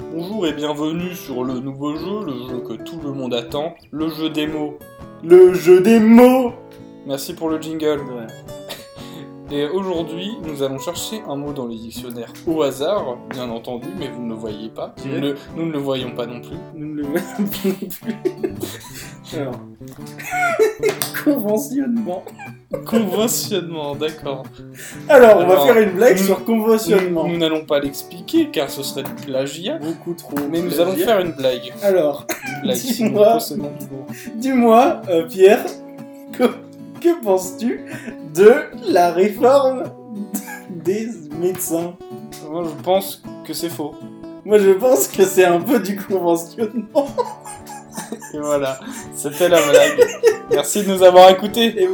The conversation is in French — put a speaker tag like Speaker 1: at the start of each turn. Speaker 1: Bonjour et bienvenue sur le nouveau jeu, le jeu que tout le monde attend, le jeu des mots. Le jeu des mots Merci pour le jingle. Et aujourd'hui, nous allons chercher un mot dans les dictionnaires au hasard, bien entendu, mais vous ne le voyez pas. Nous,
Speaker 2: Ouais.
Speaker 1: ne- nous ne le voyons pas non plus.
Speaker 2: Nous ne le voyons pas non plus. Alors. conventionnement.
Speaker 1: Conventionnement, d'accord.
Speaker 2: Alors, on
Speaker 1: Alors, mm,
Speaker 2: va faire une blague
Speaker 1: nous-
Speaker 2: sur
Speaker 1: Nous
Speaker 2: conventionnement.
Speaker 1: nous n'allons pas l'expliquer car ce serait du plagiat,
Speaker 2: Beaucoup trop.
Speaker 1: mais nous
Speaker 2: plaisir.
Speaker 1: allons faire une blague.
Speaker 2: Alors,
Speaker 1: Une blague,
Speaker 2: Dis-moi.
Speaker 1: si nous possédons du mot.
Speaker 2: dis-moi, euh, Pierre, que, que penses-tu de la réforme des médecins
Speaker 1: Moi, je pense que c'est faux.
Speaker 2: Moi, je pense que c'est un peu du conventionnement.
Speaker 1: Et voilà, c'était la blague. Merci de nous avoir écoutés.